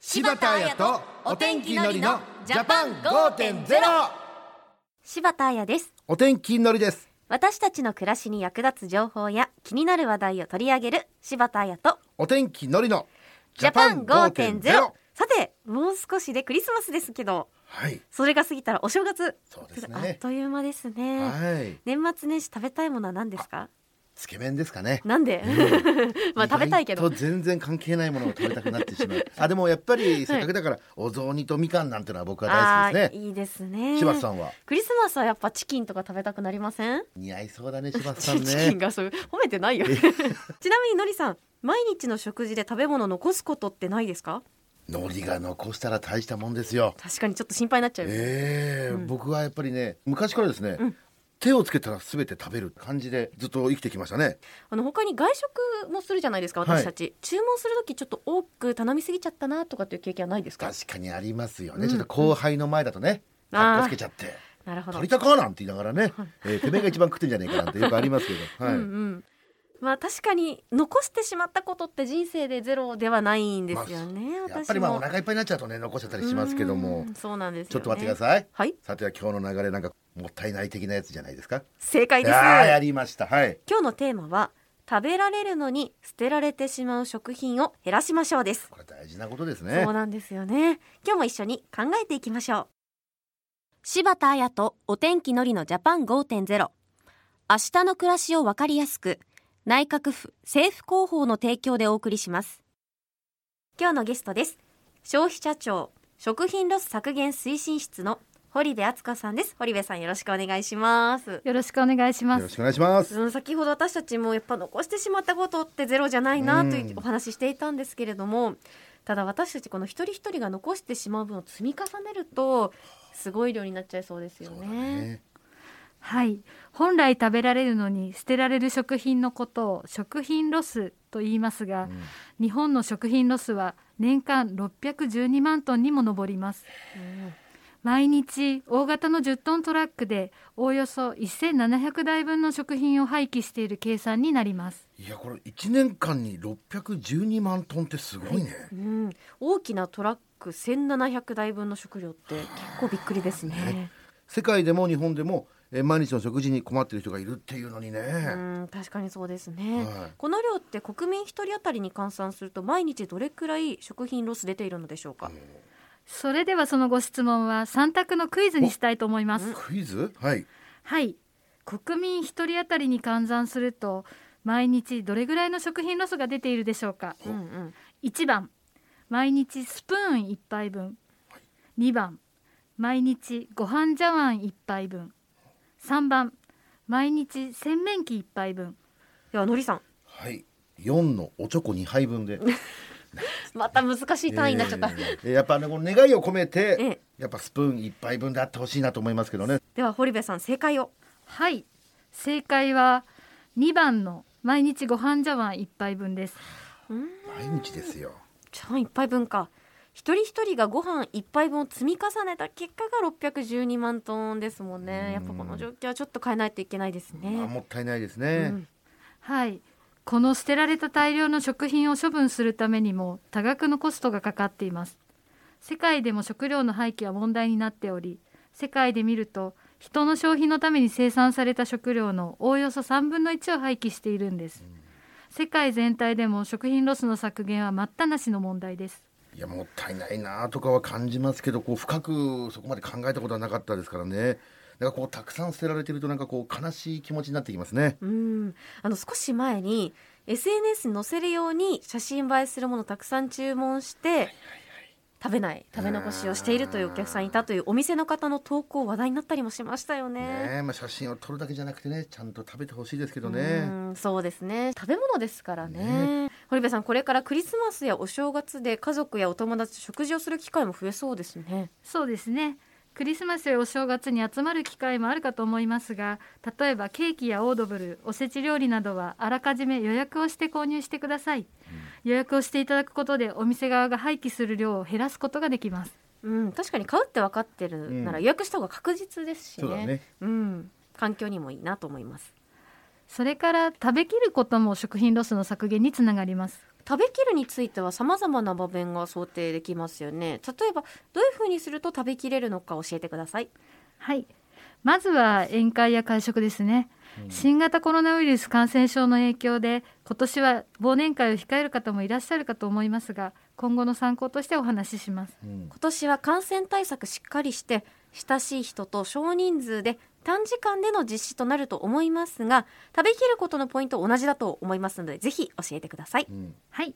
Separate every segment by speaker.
Speaker 1: 柴田彩とお天気のりのジャパン5.0
Speaker 2: 柴田彩です
Speaker 1: お天気のりです
Speaker 2: 私たちの暮らしに役立つ情報や気になる話題を取り上げる柴田彩と
Speaker 1: お天気のりの
Speaker 2: ジャパン5.0さてもう少しでクリスマスですけど
Speaker 1: はい
Speaker 2: それが過ぎたらお正月
Speaker 1: そうですね
Speaker 2: あっという間ですね、
Speaker 1: はい
Speaker 2: 年末年始食べたいものは何ですか
Speaker 1: つけ麺ですかね
Speaker 2: なんで、 まあ食べたいけ
Speaker 1: 意
Speaker 2: ど
Speaker 1: 外と全然関係ないものを食べたくなってし まうあでもやっぱりせっかくだからお雑煮とみかんなんてのは僕は
Speaker 2: あ
Speaker 1: 大好きです
Speaker 2: ー
Speaker 1: ね
Speaker 2: いいですね
Speaker 1: 柴田さんは
Speaker 2: クリスマスはやっぱチキンとか食べたくなりません
Speaker 1: 似合いそうだね柴田さん
Speaker 2: チキン
Speaker 1: ね
Speaker 2: がそういう褒めてないよ ちなみにのりさん毎日の食事で食べ物残すことってないですか
Speaker 1: 海苔が残したら大したもんですよ
Speaker 2: 確かにちょっと心配になっちゃう、
Speaker 1: ええ僕はやっぱりね昔からですね、
Speaker 2: ん
Speaker 1: 手をつけたら全て食べる感じでずっと生きてきましたね
Speaker 2: あの他に外食もするじゃないですか私たち、注文する時ちょっと多く頼みすぎちゃったなとかっていう経験はないですか
Speaker 1: 確かにありますよね、ちょっと後輩の前だとね
Speaker 2: うん
Speaker 1: かっこつけちゃって
Speaker 2: な
Speaker 1: 「
Speaker 2: るほど、
Speaker 1: 取りたか?」なんて言いながらね、えーてめえが一番食ってんじゃねえかなんてよくありますけど、はい
Speaker 2: うんうんまあ確かに残してしまったことって人生でゼロではないんですよね、私も
Speaker 1: やっぱりまあお腹いっぱいになっちゃうとね残しちゃったりしますけども、
Speaker 2: うんそうなんですよ、ね、
Speaker 1: ちょっと待ってください、
Speaker 2: はい
Speaker 1: さては今日の流れなんかもったいない的なやつじゃないですか
Speaker 2: 正解です
Speaker 1: あーやりましたはい
Speaker 2: 今日のテーマは食べられるのに捨てられてしまう食品を減らしましょうです、
Speaker 1: これ大事なことですね
Speaker 2: そうなんですよね今日も一緒に考えていきましょう柴田彩とお天気のりのジャパン5.0明日の暮らしをわかりやすく内閣府政府広報の提供でお送りします今日のゲストです消費者庁食品ロス削減推進室の堀部敦子さんです堀部さんよろしくお願いします
Speaker 3: よろしくお願いしま
Speaker 1: よろ
Speaker 3: す。
Speaker 1: しくお願いします
Speaker 2: うん先ほど私たちもやっぱ残してしまったことってゼロじゃないな
Speaker 1: うん
Speaker 2: というお話ししていたんですけれどもただ私たちこの一人一人が残してしまう分を積み重ねるとすごい量になっちゃいそうですよ
Speaker 1: そうだ
Speaker 2: ね。
Speaker 1: ね
Speaker 3: はい。本来食べられるのに捨てられる食品のことを食品ロスと言いますが、日本の食品ロスは年間612万トンにも上ります。毎日大型の10トントラックでおおよそ1700台分の食品を廃棄している計算になります。
Speaker 1: いやこれ1年間に612万トンってすごいね、
Speaker 2: うん、大きなトラック1700台分の食料って結構びっくりですね。
Speaker 1: 世界でも日本でも、えー毎日の食事に困ってる人がいるっていうのにね、
Speaker 2: うん、確かにそうですね、
Speaker 1: はい
Speaker 2: この量って国民一人当たりに換算すると毎日どれくらい食品ロス出ているのでしょうか、
Speaker 3: それではそのご質問は3択のクイズにしたいと思います。
Speaker 1: クイズはい
Speaker 3: はい国民一人当たりに換算すると毎日どれぐらいの食品ロスが出ているでしょうか
Speaker 2: うんうん、
Speaker 3: 1番毎日スプーン1杯分2番毎日ご飯茶碗1杯分3番毎日洗面器1杯分
Speaker 2: ではのりさん
Speaker 1: はい4のおちょこ2杯分 で
Speaker 2: また難しい単位になっちゃった、
Speaker 1: えーえーやっぱねこの願いを込めて、
Speaker 2: ええ
Speaker 1: やっぱスプーン1杯分であってほしいなと思いますけどね
Speaker 2: では堀部さん正解を
Speaker 3: はい正解は2番の毎日ご飯茶碗1杯分です
Speaker 1: 毎日ですよ
Speaker 2: 茶碗一杯分か一人一人がご飯一杯分を積み重ねた結果が612万トンですもんねやっぱこの状況はちょっと変えないといけないです
Speaker 1: まあ
Speaker 2: ね
Speaker 1: もったいないですね、
Speaker 2: うん
Speaker 3: はい。この捨てられた大量の食品を処分するためにも多額のコストがかかっています。世界でも食料の廃棄は問題になっており、世界で見ると人の消費のために生産された食料のおおよそ3分の1を廃棄しているんです。世界全体でも食品ロスの削減は待ったなしの問題です。
Speaker 1: いやもったいないなとかは感じますけどこう深くそこまで考えたことはなかったですからねなんかこうたくさん捨てられてるとなんかこう悲しい気持ちになってきますね
Speaker 2: うんあの少し前に SNS に載せるように写真映えするものをたくさん注文して食べない食べ残しをしているというお客さんいたというお店の方の投稿話題になったりもしましたよね。
Speaker 1: ねえまあ、写真を撮るだけじゃなくてねちゃんと食べてほしいですけど
Speaker 2: う
Speaker 1: ね
Speaker 2: んそうですね食べ物ですからね堀部さんこれからクリスマスやお正月で家族やお友達と食事をする機会も増えそうですね
Speaker 3: そうですね。クリスマスやお正月に集まる機会もあるかと思いますが、例えばケーキやオードブル、おせち料理などはあらかじめ予約をして購入してください。予約をしていただくことでお店側が廃棄する量を減らすことができます。
Speaker 2: うん確かに買うって分かってるなら
Speaker 1: うん
Speaker 2: 予約した方が確実ですしね,、
Speaker 1: そうだね
Speaker 2: うん環境にもいいなと思います
Speaker 3: それから食べきることも食品ロスの削減につながります。
Speaker 2: 食べきるについてはさまざまな場面が想定できますよね例えばどういうふうにすると食べきれるのか教えてください
Speaker 3: はい。まずは宴会や会食ですね。新型コロナウイルス感染症の影響で、今年は忘年会を控える方もいらっしゃるかと思いますが、今後の参考としてお話しします。
Speaker 1: うん
Speaker 2: 今年は感染対策しっかりして親しい人と少人数で短時間での実施となると思いますが食べきることのポイント同じだと思いますのでぜひ教えてください
Speaker 1: うん
Speaker 3: はい。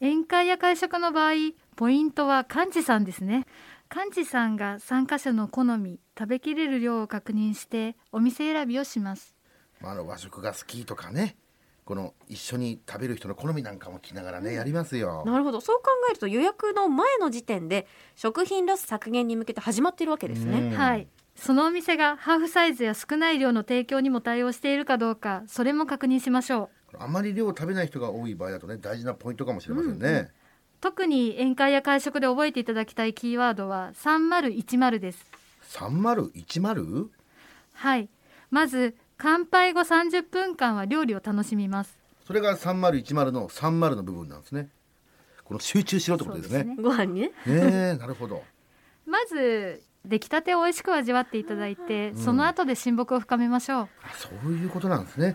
Speaker 3: 宴会や会食の場合、ポイントは幹事さんですね。幹事さんが参加者の好み、食べきれる量を確認して、お店選びをします。
Speaker 1: まあ、あの和食が好きとかねこの一緒に食べる人の好みなんかも聞きながらね、やりますよ。
Speaker 2: なるほどそう考えると予約の前の時点で食品ロス削減に向けて始まっているわけですね、
Speaker 1: うん
Speaker 3: はい。そのお店がハーフサイズや少ない量の提供にも対応しているかどうか、それも確認しましょう。
Speaker 1: あまり量を食べない人が多い場合だとね大事なポイントかもしれませんね。
Speaker 3: 特に宴会や会食で覚えていただきたいキーワードは3010です。
Speaker 1: 三丸一丸？
Speaker 3: はい。まず、乾杯後30分間は料理を楽しみます。
Speaker 1: それが三丸一丸の三丸の部分なんですね。この集中しろってことですね。
Speaker 2: ご飯ね
Speaker 1: ねえなるほど。
Speaker 3: まず、出来たてを美味しく味わっていただいて、その後で親睦を深めましょう。
Speaker 1: あそういうことなんですね。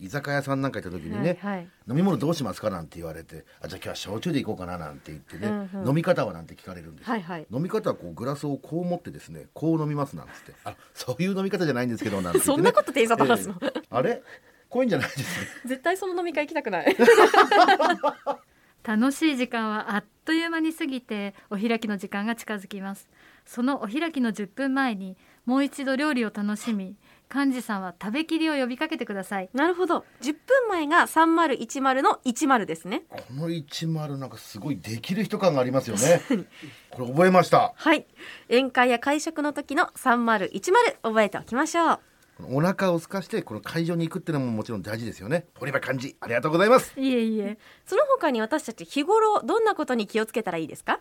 Speaker 1: 居酒屋さんなんか行った時にね、
Speaker 3: はいはい
Speaker 1: 飲み物どうしますかなんて言われて、あじゃあ今日は焼酎で行こうかななんて言ってね、
Speaker 2: うんうん
Speaker 1: 飲み方はなんて聞かれるんですよ。
Speaker 2: はいはい
Speaker 1: 飲み方はこうグラスをこう持ってですねこう飲みますなんつってあそういう飲み方じゃないんですけどなんて言って、ね、
Speaker 2: そんなこと店員さんと話すの
Speaker 1: ええあれこういうんじゃないですね
Speaker 2: 絶対その飲み会行きたくない
Speaker 3: 楽しい時間はあっという間に過ぎてお開きの時間が近づきますそのお開きの10分前にもう一度料理を楽しみ幹事さんは食べきりを呼びかけてください
Speaker 2: なるほど10分前が3010の10ですね
Speaker 1: この10なんかすごいできる人感がありますよねこれ覚えました
Speaker 2: はい宴会や会食の時の3010覚えておきましょう
Speaker 1: このお腹を空かしてこの会場に行くってのももちろん大事ですよね堀場幹事ありがとうございます
Speaker 3: いえいえ
Speaker 2: その他に私たち日頃どんなことに気をつけたらいいですか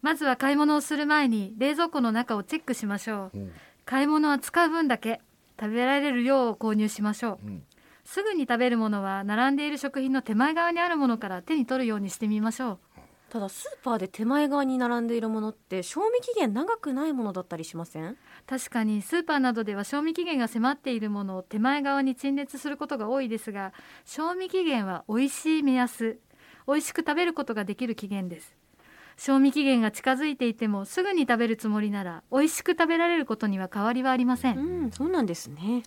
Speaker 3: まずは買い物をする前に冷蔵庫の中をチェックしましょう、買い物は使う分だけ食べられる量を購入しましょう、
Speaker 1: うん
Speaker 3: すぐに食べるものは並んでいる食品の手前側にあるものから手に取るようにしてみましょう
Speaker 2: ただスーパーで手前側に並んでいるものって賞味期限長くないものだったりしません
Speaker 3: 確かにスーパーなどでは賞味期限が迫っているものを手前側に陳列することが多いですが賞味期限は美味しい目安美味しく食べることができる期限です賞味期限が近づいていてもすぐに食べるつもりなら美味しく食べられることには変わりはありません、
Speaker 2: うんそうなんですね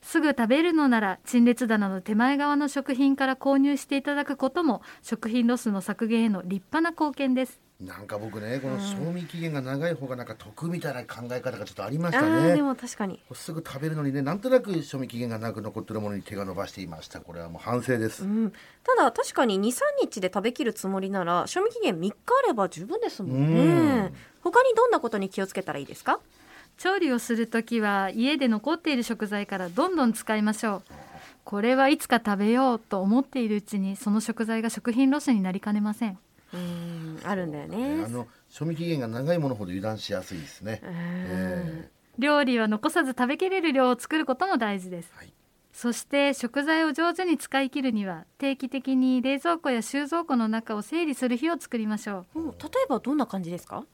Speaker 3: すぐ食べるのなら陳列棚の手前側の食品から購入していただくことも食品ロスの削減への立派な貢献です
Speaker 1: なんか僕ねこの賞味期限が長い方がなんか得みたいな考え方がちょっとありま
Speaker 2: あ
Speaker 1: した
Speaker 2: ーで
Speaker 1: ね
Speaker 2: も確かに
Speaker 1: すぐ食べるのにねなんとなく賞味期限がなく残ってるものに手が伸ばしていましたこれはもう反省で
Speaker 2: う
Speaker 1: す、
Speaker 2: ん、ただ確かに23日で食べきるつもりなら賞味期限3日あれば十分ですもんね、
Speaker 1: うん
Speaker 2: 他にどんなことに気をつけたらいいですか
Speaker 3: 調理をするときは家で残っている食材からどんどん使いましょうこれはいつか食べようと思っているうちにその食材が食品ロスになりかねません
Speaker 2: うんあるんだよね
Speaker 1: ねあの賞味期限が長いものほど油断しやすいですね、
Speaker 2: うん
Speaker 1: え
Speaker 3: 料理は残さず食べきれる量を作ることも大事です、
Speaker 1: はい
Speaker 3: そして食材を上手に使い切るには定期的に冷蔵庫や収蔵庫の中を整理する日を作りましょう
Speaker 2: うん例えばどんな感じですか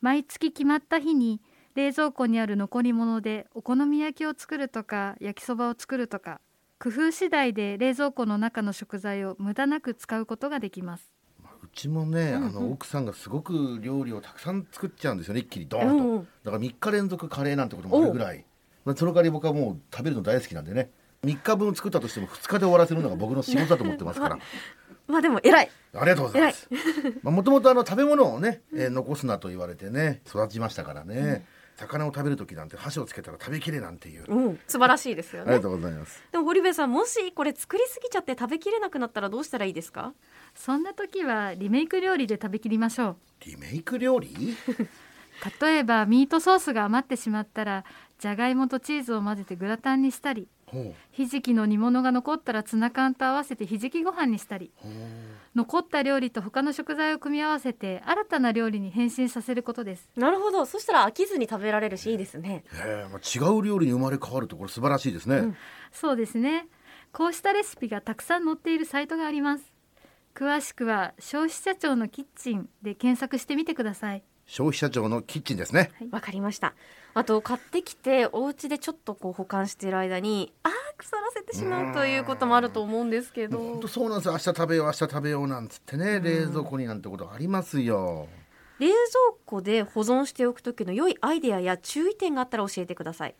Speaker 3: 毎月決まった日に冷蔵庫にある残り物でお好み焼きを作るとか焼きそばを作るとか工夫次第で冷蔵庫の中の食材を無駄なく使うことができます
Speaker 1: まあうちもね、あの奥さんがすごく料理をたくさん作っちゃうんですよね一気にドーンと、
Speaker 2: うんうん
Speaker 1: だから3日連続カレーなんてこともあるぐらい、まあ、その代わり僕はもう食べるの大好きなんでね3日分作ったとしても2日で終わらせるのが僕の仕事だと思ってます から
Speaker 2: まあでも偉い
Speaker 1: ありがとうございますもともと食べ物をね、えー残すなと言われてね育ちましたからね、魚を食べる時なんて箸をつけたら食べきれなんていう、
Speaker 2: うん素晴らしいですよ
Speaker 1: あり
Speaker 2: ね
Speaker 1: がとうございます
Speaker 2: でも堀部さんもしこれ作りすぎちゃって食べきれなくなったらどうしたらいいですか
Speaker 3: そんな時はリメイク料理で食べきりましょう
Speaker 1: リメイク料 理
Speaker 3: 例えばミートソースが余ってしまったらじゃがいもとチーズを混ぜてグラタンにしたり
Speaker 1: ほう
Speaker 3: ひじきの煮物が残ったらツナ缶と合わせてひじきご飯にしたり
Speaker 1: ほう
Speaker 3: 残った料理と他の食材を組み合わせて新たな料理に変身させることです
Speaker 2: なるほどそしたら飽きずに食べられるしいいですね
Speaker 1: へえまあ、違う料理に生まれ変わるとこれ素晴らしいですね、
Speaker 2: ん
Speaker 3: そうですねこうしたレシピがたくさん載っているサイトがあります詳しくは消費者庁のキッチンで検索してみてください
Speaker 1: 消費者庁のキッチンですね
Speaker 2: わかりましたあと買ってきてお家でちょっとこう保管している間にああ腐らせてしまうということもあると思うんですけ
Speaker 1: もう本
Speaker 2: ど
Speaker 1: 当そうなんですよ明日食べよう明日食べようなんつってね冷蔵庫になんてことありますよ
Speaker 2: 冷蔵庫で保存しておく時の良いアイデアや注意点があったら教えてください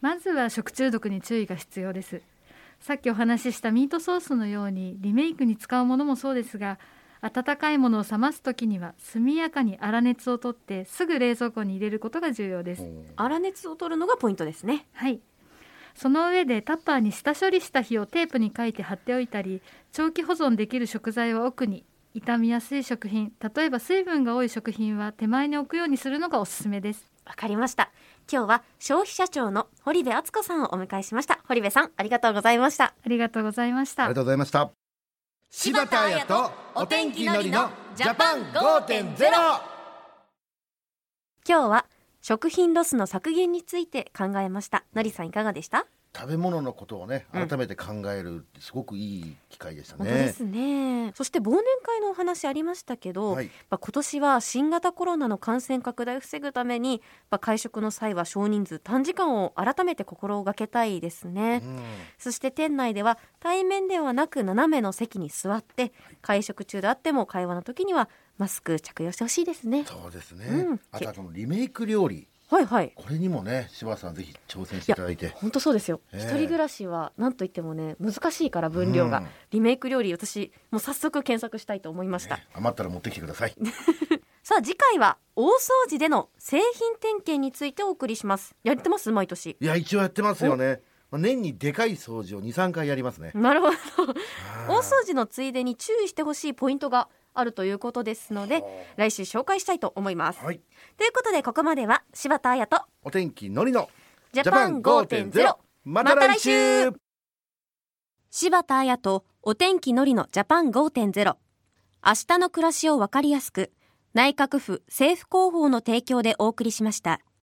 Speaker 3: まずは食中毒に注意が必要ですさっきお話ししたミートソースのようにリメイクに使うものもそうですが温かいものを冷ます時には速やかに粗熱を取ってすぐ冷蔵庫に入れることが重要です
Speaker 2: 粗熱を取るのがポイントですね
Speaker 3: はいその上でタッパーに下処理した日をテープに書いて貼っておいたり長期保存できる食材は奥に傷みやすい食品例えば水分が多い食品は手前に置くようにするのがおすすめです
Speaker 2: わかりました今日は消費者庁の堀部敦子さんをお迎えしました堀部さんありがとうございました
Speaker 3: ありがとうございまし
Speaker 1: あり
Speaker 3: た
Speaker 1: がとうございました
Speaker 2: 柴田彩とお天気のりのジャパン5.0今日は食品ロスの削減について考えましたのりさんいかがでした
Speaker 1: 食べ物のことをね
Speaker 2: うん
Speaker 1: 改めて考えるってすごくいい機会でした
Speaker 2: 本当で
Speaker 1: ね
Speaker 2: すねそして忘年会のお話ありましたけど、
Speaker 1: はい
Speaker 2: まあ今年は新型コロナの感染拡大を防ぐために、まあ会食の際は少人数短時間を改めて心がけたいですね、
Speaker 1: うん
Speaker 2: そして店内では対面ではなく斜めの席に座って会食中であっても会話の時にはマスク着用してほしいですね
Speaker 1: そうですね、
Speaker 2: うん
Speaker 1: あとはこのリメイク料理
Speaker 2: はいはい
Speaker 1: これにもね柴田さんぜひ挑戦していただいて
Speaker 2: 本当そうですよ、
Speaker 1: ええ
Speaker 2: 一人暮らしは何と言ってもね難しいから分量
Speaker 1: う
Speaker 2: が、
Speaker 1: ん
Speaker 2: リメイク料理私もう早速検索したいと思いました、
Speaker 1: ね余ったら持ってきてください
Speaker 2: さあ次回は大掃除での製品点検についてお送りしますやってます毎年
Speaker 1: いや一応やってますよねまあ年にでかい掃除を23回やりますね
Speaker 2: なるほど大
Speaker 1: あ
Speaker 2: 掃除のついでに注意してほしいポイントがあるということですので来週紹介したいと思います
Speaker 1: ーはい
Speaker 2: ということでここまでは柴田彩と
Speaker 1: お天気のりの
Speaker 2: ジャパン5.0
Speaker 1: また来週
Speaker 2: 柴田彩とお天気のりのジャパン5.0明日の暮らしをわかりやすく内閣府政府広報の提供でお送りしました。